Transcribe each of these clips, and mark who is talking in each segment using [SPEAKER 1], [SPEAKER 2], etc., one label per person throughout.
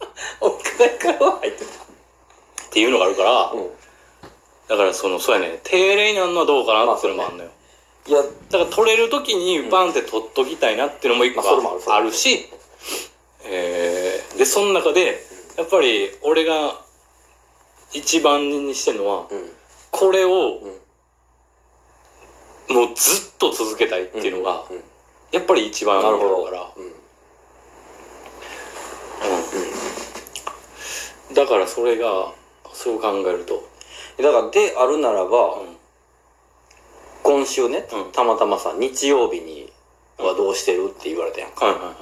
[SPEAKER 1] ないからは入って
[SPEAKER 2] ていうのがあるから、
[SPEAKER 1] た。うん。
[SPEAKER 2] だからそのそうやね定例になるのはどうかなっていうのもあるのよ、
[SPEAKER 1] いや、
[SPEAKER 2] だから取れる時にバンって取っときたいなっていうのも一個
[SPEAKER 1] まあそれもあるそれ
[SPEAKER 2] あるし、えーでその中でやっぱり俺が一番にしてるのは
[SPEAKER 1] うん。
[SPEAKER 2] これを
[SPEAKER 1] うん。
[SPEAKER 2] もうずっと続けたいっていうのが
[SPEAKER 1] うん。
[SPEAKER 2] やっぱり一番
[SPEAKER 1] なるほど。
[SPEAKER 2] だから、
[SPEAKER 1] うん。
[SPEAKER 2] うんだからそれがそう考えると
[SPEAKER 1] だから、であるならば、
[SPEAKER 2] うん
[SPEAKER 1] 今週ね、
[SPEAKER 2] うん
[SPEAKER 1] たまたまさ、日曜日にはどうしてるって言われたやんか。
[SPEAKER 2] はいはいはい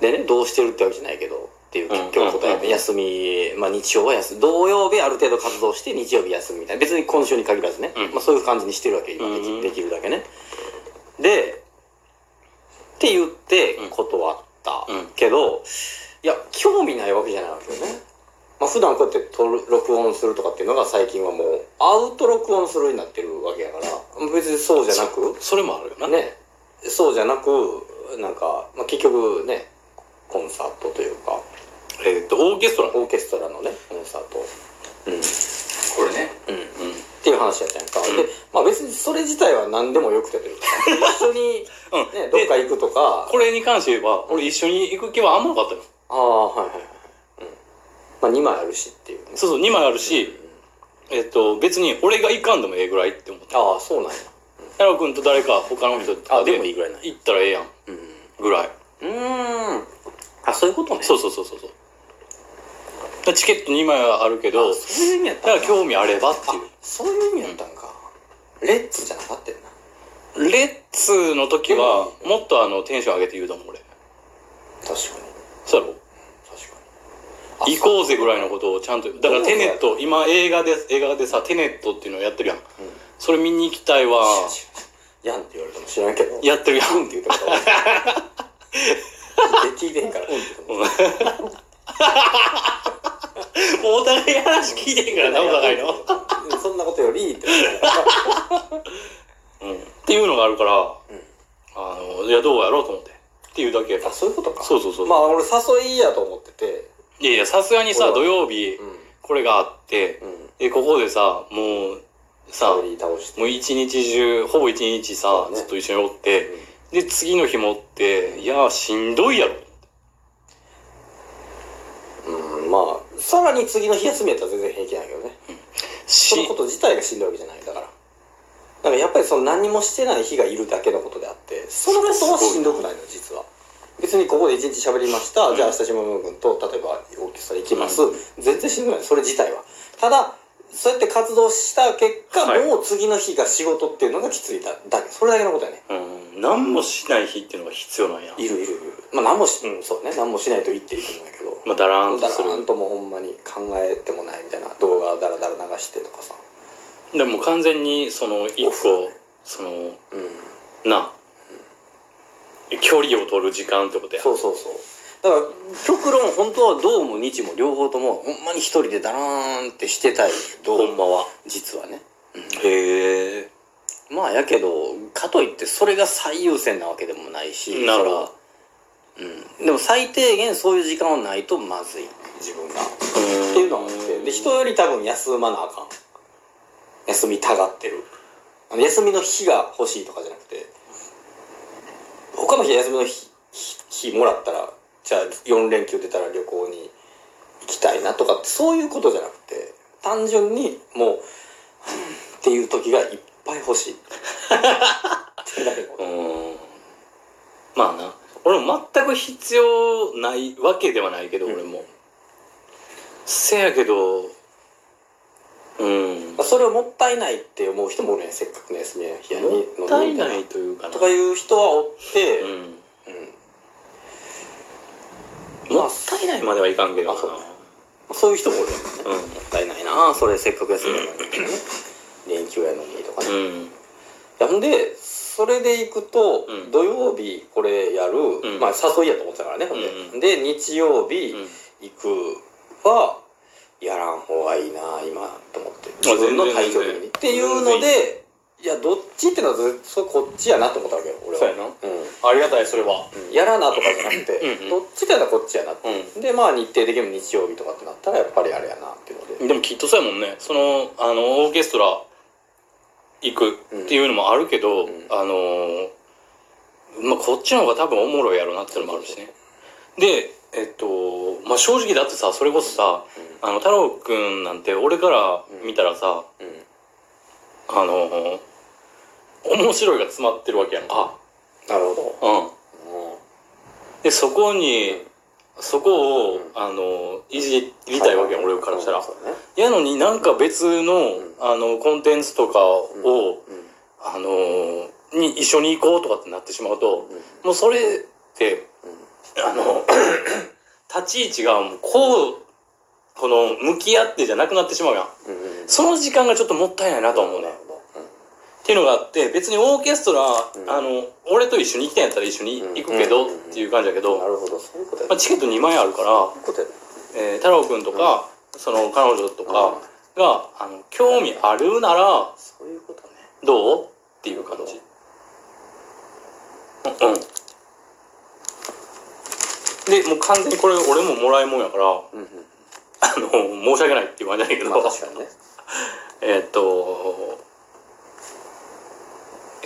[SPEAKER 1] でね、どうしてるってわけじゃないけど、っていう結局答え
[SPEAKER 2] うんうんう
[SPEAKER 1] で、
[SPEAKER 2] ん
[SPEAKER 1] 休み、まあ日曜は休み、土曜日ある程度活動して日曜日休みみたいな。別に今週に限らずね、
[SPEAKER 2] うん
[SPEAKER 1] まあそういう感じにしてるわけ、今
[SPEAKER 2] う
[SPEAKER 1] で
[SPEAKER 2] んうん
[SPEAKER 1] きできるだけね。で、って言って
[SPEAKER 2] うん
[SPEAKER 1] 断った
[SPEAKER 2] うん
[SPEAKER 1] けど、いや、興味ないわけじゃないわけよね。まあ普段こうやって撮る録音するとかっていうのが最近はもう、アウト録音するようになってるわけやから、別にそうじゃなく、
[SPEAKER 2] それもあるよな、
[SPEAKER 1] ね、そうじゃなくなんか、まあ、結局ねコンサートというか
[SPEAKER 2] えっとオーケストラこ
[SPEAKER 1] オーケストラのねコンサート、う
[SPEAKER 2] れね
[SPEAKER 1] んうん、
[SPEAKER 2] うん
[SPEAKER 1] っていう話やったやんか、
[SPEAKER 2] うん
[SPEAKER 1] で、まあ、別にそれ自体は何でもよくてと いうか一緒に、
[SPEAKER 2] うん
[SPEAKER 1] ね、
[SPEAKER 2] で
[SPEAKER 1] どっか行くとか
[SPEAKER 2] これに関して言えば俺一緒に行く気はあんまなかったの
[SPEAKER 1] ああはいはいはい、うんまあ、2枚あるしっていうね、
[SPEAKER 2] そうそう2枚あるし、えっと別に俺が行かんでもええぐらいって思った
[SPEAKER 1] ああそうなんや
[SPEAKER 2] 太郎君と誰か他の人とか
[SPEAKER 1] あでもいいぐらいな
[SPEAKER 2] 行ったらええやん
[SPEAKER 1] うん
[SPEAKER 2] ぐらい
[SPEAKER 1] うんあそういうことね
[SPEAKER 2] そううそうそうそうそうだからチケット2枚はあるけどだ
[SPEAKER 1] そういう意味やった
[SPEAKER 2] か
[SPEAKER 1] ん
[SPEAKER 2] ら興味あればって
[SPEAKER 1] あそういう意味やったんか、レッツじゃなかったよな
[SPEAKER 2] いうレッツの時はもっとあのテンション上げて言うと思う俺
[SPEAKER 1] 確かに
[SPEAKER 2] そうやろ
[SPEAKER 1] 確かに
[SPEAKER 2] 行こうぜぐらいのことをちゃんとだからテネット今映画で映画でさテネットっていうのをやってるやん
[SPEAKER 1] うん
[SPEAKER 2] それ見に行きたい わ
[SPEAKER 1] やんって言われても知らんけど
[SPEAKER 2] やってるやん
[SPEAKER 1] うんって言ったことないで聞いてんからうんって言っ
[SPEAKER 2] も うお互い話聞いてんからなお互いの
[SPEAKER 1] のそんなことよりって言った
[SPEAKER 2] っていうのがあるから、
[SPEAKER 1] ん
[SPEAKER 2] あのいやどうやろうと思ってっていうだけ
[SPEAKER 1] あそういうことか
[SPEAKER 2] そうそうそう、
[SPEAKER 1] まあ俺誘いやと思ってて
[SPEAKER 2] いやいやさすがにさ土
[SPEAKER 1] 俺
[SPEAKER 2] 曜日
[SPEAKER 1] うん
[SPEAKER 2] これがあって、
[SPEAKER 1] うん
[SPEAKER 2] でここでさもうさ
[SPEAKER 1] 喋り倒して
[SPEAKER 2] もう一日中ほぼ一日さ、
[SPEAKER 1] そうね
[SPEAKER 2] ずっと一緒におってで次の日もおっていやしんどいやろ
[SPEAKER 1] うんうんまあさらに次の日休みやったら全然平気なんやけどね
[SPEAKER 2] し
[SPEAKER 1] そのこと自体がしんどいわけじゃないだからだからやっぱりその何もしてない日がいるだけのことであってそのことはしんどくないの実は別にここで一日喋りました、
[SPEAKER 2] うん
[SPEAKER 1] じゃあ明日島村君と例えばオーケストラ行きます、
[SPEAKER 2] う
[SPEAKER 1] 全然しんどくないそれ自体はただそうやって活動した結果、
[SPEAKER 2] はい
[SPEAKER 1] もう次の日が仕事っていうのがきついだだけそれだけのことやね
[SPEAKER 2] うん何もしない日っていうのが必要なんや
[SPEAKER 1] いるいるいるまあ何もし、うん、そうね何もしないと言っていくんだけど
[SPEAKER 2] まあだらーん
[SPEAKER 1] だ
[SPEAKER 2] とす
[SPEAKER 1] らーん
[SPEAKER 2] る
[SPEAKER 1] ともほんまに考えてもないみたいな動画だらだら流してとかさ
[SPEAKER 2] でも完全にその一個その
[SPEAKER 1] うん
[SPEAKER 2] な距離を取る時間ってことや
[SPEAKER 1] そうそうそうだから極論本当はどうも日も両方ともほんまに一人でダラーンってしてたいけど
[SPEAKER 2] ほんまは
[SPEAKER 1] 実はね
[SPEAKER 2] へえ
[SPEAKER 1] まあやけどかといってそれが最優先なわけでもないし
[SPEAKER 2] なるほど
[SPEAKER 1] それはうん、でも最低限そういう時間はないとまずい自分がっ
[SPEAKER 2] って
[SPEAKER 1] いうのがあってで人より多分休まなあかん休みたがってるあの休みの日が欲しいとかじゃなくて他の日休みの日日日もらったらじゃあ4連休出たら旅行に行きたいなとかってそういうことじゃなくて単純にもううんっていう時がいっぱい欲しいってなる
[SPEAKER 2] うーんまあな俺も全く必要ないわけではないけど、
[SPEAKER 1] うん
[SPEAKER 2] 俺もせやけどうん
[SPEAKER 1] まあそれをもったいないって思う人もおるやんせっかくの休みや日やに
[SPEAKER 2] もったいな
[SPEAKER 1] 飲ん
[SPEAKER 2] い
[SPEAKER 1] で
[SPEAKER 2] というかな
[SPEAKER 1] とかいう人はおって、
[SPEAKER 2] うん
[SPEAKER 1] うんま
[SPEAKER 2] も
[SPEAKER 1] あ
[SPEAKER 2] ったいないまではいかんけど
[SPEAKER 1] あ
[SPEAKER 2] な
[SPEAKER 1] そうそういう人もおるやんね
[SPEAKER 2] うん
[SPEAKER 1] もったいないなあそれせっかく休みなのにね連休やのにとかね、い
[SPEAKER 2] うん
[SPEAKER 1] やほんでそれで行くと、
[SPEAKER 2] うん
[SPEAKER 1] 土曜日これやる、
[SPEAKER 2] うん
[SPEAKER 1] まあ誘いやと思ってたからねほんで、
[SPEAKER 2] うんうん
[SPEAKER 1] で日曜日
[SPEAKER 2] うん
[SPEAKER 1] 行くはやらん方がいいな今と思って
[SPEAKER 2] 全然
[SPEAKER 1] 自分の体調的に
[SPEAKER 2] 全然
[SPEAKER 1] っていうのでいやどっちってのはずそれこっちやなと思ったわけよ俺は
[SPEAKER 2] そうやな
[SPEAKER 1] うん
[SPEAKER 2] ありがたいそれは
[SPEAKER 1] やらなとかじゃなくて
[SPEAKER 2] うんうん
[SPEAKER 1] どっちだったらこっちやなって、
[SPEAKER 2] う
[SPEAKER 1] でまあ日程的にも日曜日とかってなったらやっぱりあれやなっていうので
[SPEAKER 2] でもきっとそうやもんねそのあのオーケストラ行くっていうのもあるけど、
[SPEAKER 1] ん
[SPEAKER 2] あのーまあ、こっちの方が多分おもろいやろうなってのもあるしねでえっとまあ正直だってさそれこそさ、あの太郎くんなんて俺から見たらさ、
[SPEAKER 1] うん
[SPEAKER 2] あのー面白いが詰まってるわけやんか
[SPEAKER 1] なるほど
[SPEAKER 2] うん
[SPEAKER 1] うん
[SPEAKER 2] でそこにそこを、
[SPEAKER 1] うん
[SPEAKER 2] あのーいじりたいわけやん、俺からしたら、
[SPEAKER 1] そうだね
[SPEAKER 2] やのになんか別の、
[SPEAKER 1] ん
[SPEAKER 2] あのコンテンツとかを、
[SPEAKER 1] うん
[SPEAKER 2] あのーに一緒に行こうとかってなってしまうと、
[SPEAKER 1] うん
[SPEAKER 2] もうそれってあの 立ち位置がもうこうこの向き合ってじゃなくなってしまうやん
[SPEAKER 1] うんうん
[SPEAKER 2] その時間がちょっともったいないなと思うね、
[SPEAKER 1] な
[SPEAKER 2] っ
[SPEAKER 1] るほど
[SPEAKER 2] ていうのがあって別にオーケストラ、
[SPEAKER 1] ん
[SPEAKER 2] あの俺と一緒に行きたいんやったら一緒に行くけど、
[SPEAKER 1] うん
[SPEAKER 2] っていう感じだけ
[SPEAKER 1] う
[SPEAKER 2] ど、
[SPEAKER 1] んなるほどそういうことや
[SPEAKER 2] まあ、
[SPEAKER 1] そ
[SPEAKER 2] チケット2枚あるから
[SPEAKER 1] ういうことやね
[SPEAKER 2] えー、太郎くんとか、その彼女とかが、あの興味あるなら
[SPEAKER 1] そういうことね
[SPEAKER 2] どうっていう感じうんでもう完全にこれ俺ももらいもんやからあ
[SPEAKER 1] うん
[SPEAKER 2] の申し訳ないって言われないけ
[SPEAKER 1] う
[SPEAKER 2] ど、
[SPEAKER 1] んまあ確かにね
[SPEAKER 2] えーっと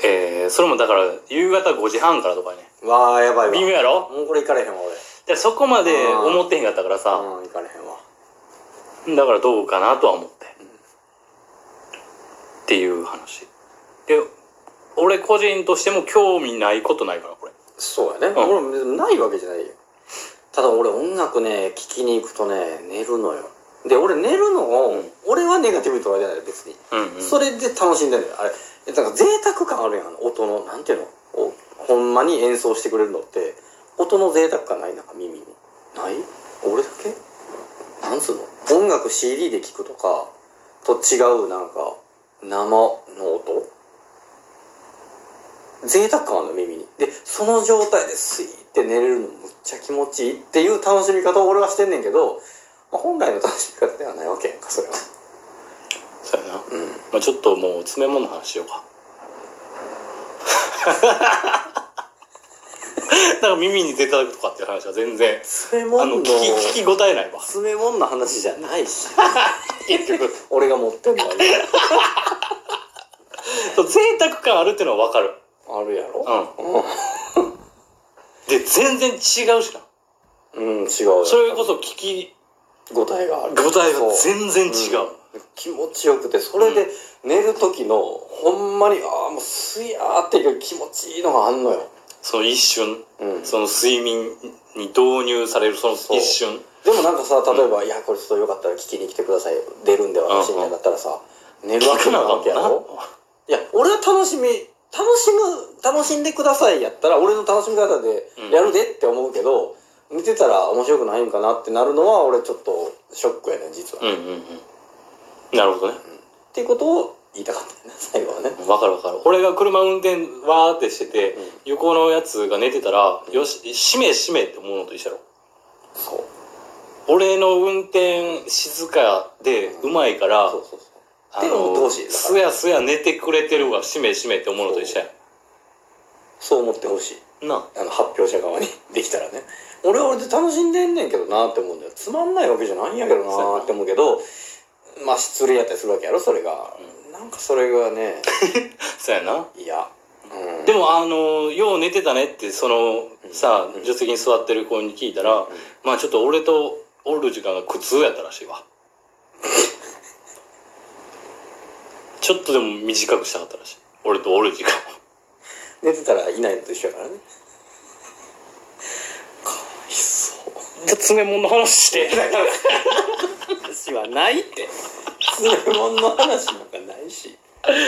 [SPEAKER 2] えー、それもだから夕方5時半からとかやね
[SPEAKER 1] わあやばいわ
[SPEAKER 2] 微妙やろ
[SPEAKER 1] もうこれ行かれへんわ俺
[SPEAKER 2] でそこまで思ってへんかったからさ、
[SPEAKER 1] うん行かれへんわ
[SPEAKER 2] だからどうかなとは思って、っていう話で俺個人としても興味ないことないからこれ
[SPEAKER 1] そうや
[SPEAKER 2] う
[SPEAKER 1] ね、
[SPEAKER 2] ん
[SPEAKER 1] 俺も別にないわけじゃないよただ俺音楽ね聴きに行くとね寝るのよで俺寝るのを、
[SPEAKER 2] うん
[SPEAKER 1] 俺はネガティブに捉えてないよ別に、
[SPEAKER 2] うん、うん、
[SPEAKER 1] それで楽しんでるのよあれえだから贅沢感あるやんあの音のなんていうのおほんまに演奏してくれるのって音の贅沢感ないなんか耳にない俺だけなんつうの音楽 CD で聴くとかと違うなんか生の音贅沢感あるの耳にでその状態でスイーって寝れるのむっちゃ気持ちいいっていう楽しみ方を俺はしてんねんけど、まあ、本来の楽しみ方ではないわけやんかそれは
[SPEAKER 2] そうやな、ま
[SPEAKER 1] うん
[SPEAKER 2] あ、ちょっともう詰め物の話しようか だから耳に出たとかっていう話は全然
[SPEAKER 1] 詰め
[SPEAKER 2] あ
[SPEAKER 1] 物
[SPEAKER 2] の
[SPEAKER 1] の
[SPEAKER 2] 聞き聞き応えないわ
[SPEAKER 1] 詰め物の話じゃな いし
[SPEAKER 2] 結局
[SPEAKER 1] 俺が持ってんのは
[SPEAKER 2] そう贅沢感あるっていうのは分かる
[SPEAKER 1] あるやろ
[SPEAKER 2] うんで全然違うしな
[SPEAKER 1] うん、違うよ
[SPEAKER 2] それこそ聞き
[SPEAKER 1] 五体がある
[SPEAKER 2] 応えが
[SPEAKER 1] そう
[SPEAKER 2] 全然違う
[SPEAKER 1] 気持ちよくてそれで寝る時の、ほんまにああもうすやーっていう気持ちいいのがあんのよ、
[SPEAKER 2] その一瞬
[SPEAKER 1] うん、
[SPEAKER 2] その睡眠に導入されるその
[SPEAKER 1] そう
[SPEAKER 2] 一瞬
[SPEAKER 1] でもなんかさ例えば「いやこれちょっとよかったら聞きに来てください出るんで私」
[SPEAKER 2] うん
[SPEAKER 1] み
[SPEAKER 2] うん
[SPEAKER 1] たいになったらさ寝るわ
[SPEAKER 2] 聞
[SPEAKER 1] け
[SPEAKER 2] く
[SPEAKER 1] な
[SPEAKER 2] ないか
[SPEAKER 1] わ
[SPEAKER 2] も
[SPEAKER 1] けや
[SPEAKER 2] な
[SPEAKER 1] ろいや俺は楽しみ楽しむ楽しんでくださいやったら俺の楽しみ方で
[SPEAKER 2] うん
[SPEAKER 1] やるでって思うけど、見てたら面白くないんかなってなるのは俺ちょっとショックやね実は、
[SPEAKER 2] う
[SPEAKER 1] っ
[SPEAKER 2] んうんうんなるほどね
[SPEAKER 1] ていうことを言いたかったね最後はね
[SPEAKER 2] わかるわかる俺が車運転わーってしてて、
[SPEAKER 1] うん
[SPEAKER 2] 横のやつが寝てたら「よししめしめ」って思うのと一緒やろ
[SPEAKER 1] そう
[SPEAKER 2] 俺の運転静かでうまいから、
[SPEAKER 1] そうそうそ
[SPEAKER 2] あ
[SPEAKER 1] でもどう
[SPEAKER 2] の
[SPEAKER 1] しよう
[SPEAKER 2] すやすや寝てくれてるわしめしめって思うのと一緒や
[SPEAKER 1] うそう思ってほしい
[SPEAKER 2] な
[SPEAKER 1] あの発表者側にできたらね俺は俺で楽しんでんねんけどなって思うんだよつまんないわけじゃないんやけどなって思うけどまあ失礼やったりするわけやろそれが、なんかそれがね
[SPEAKER 2] そうやない
[SPEAKER 1] や、うん、
[SPEAKER 2] でもあのよう寝てたねってそのさ
[SPEAKER 1] うん
[SPEAKER 2] 助手席に座ってる子に聞いたら、まあちょっと俺とおる時間が苦痛やったらしいわちょっとでも短くしたかったらしい俺とおる時間を
[SPEAKER 1] 寝てたらいないのと一緒やからねかわいそう
[SPEAKER 2] じゃあ詰め物 の話して
[SPEAKER 1] 話はないって詰め物の話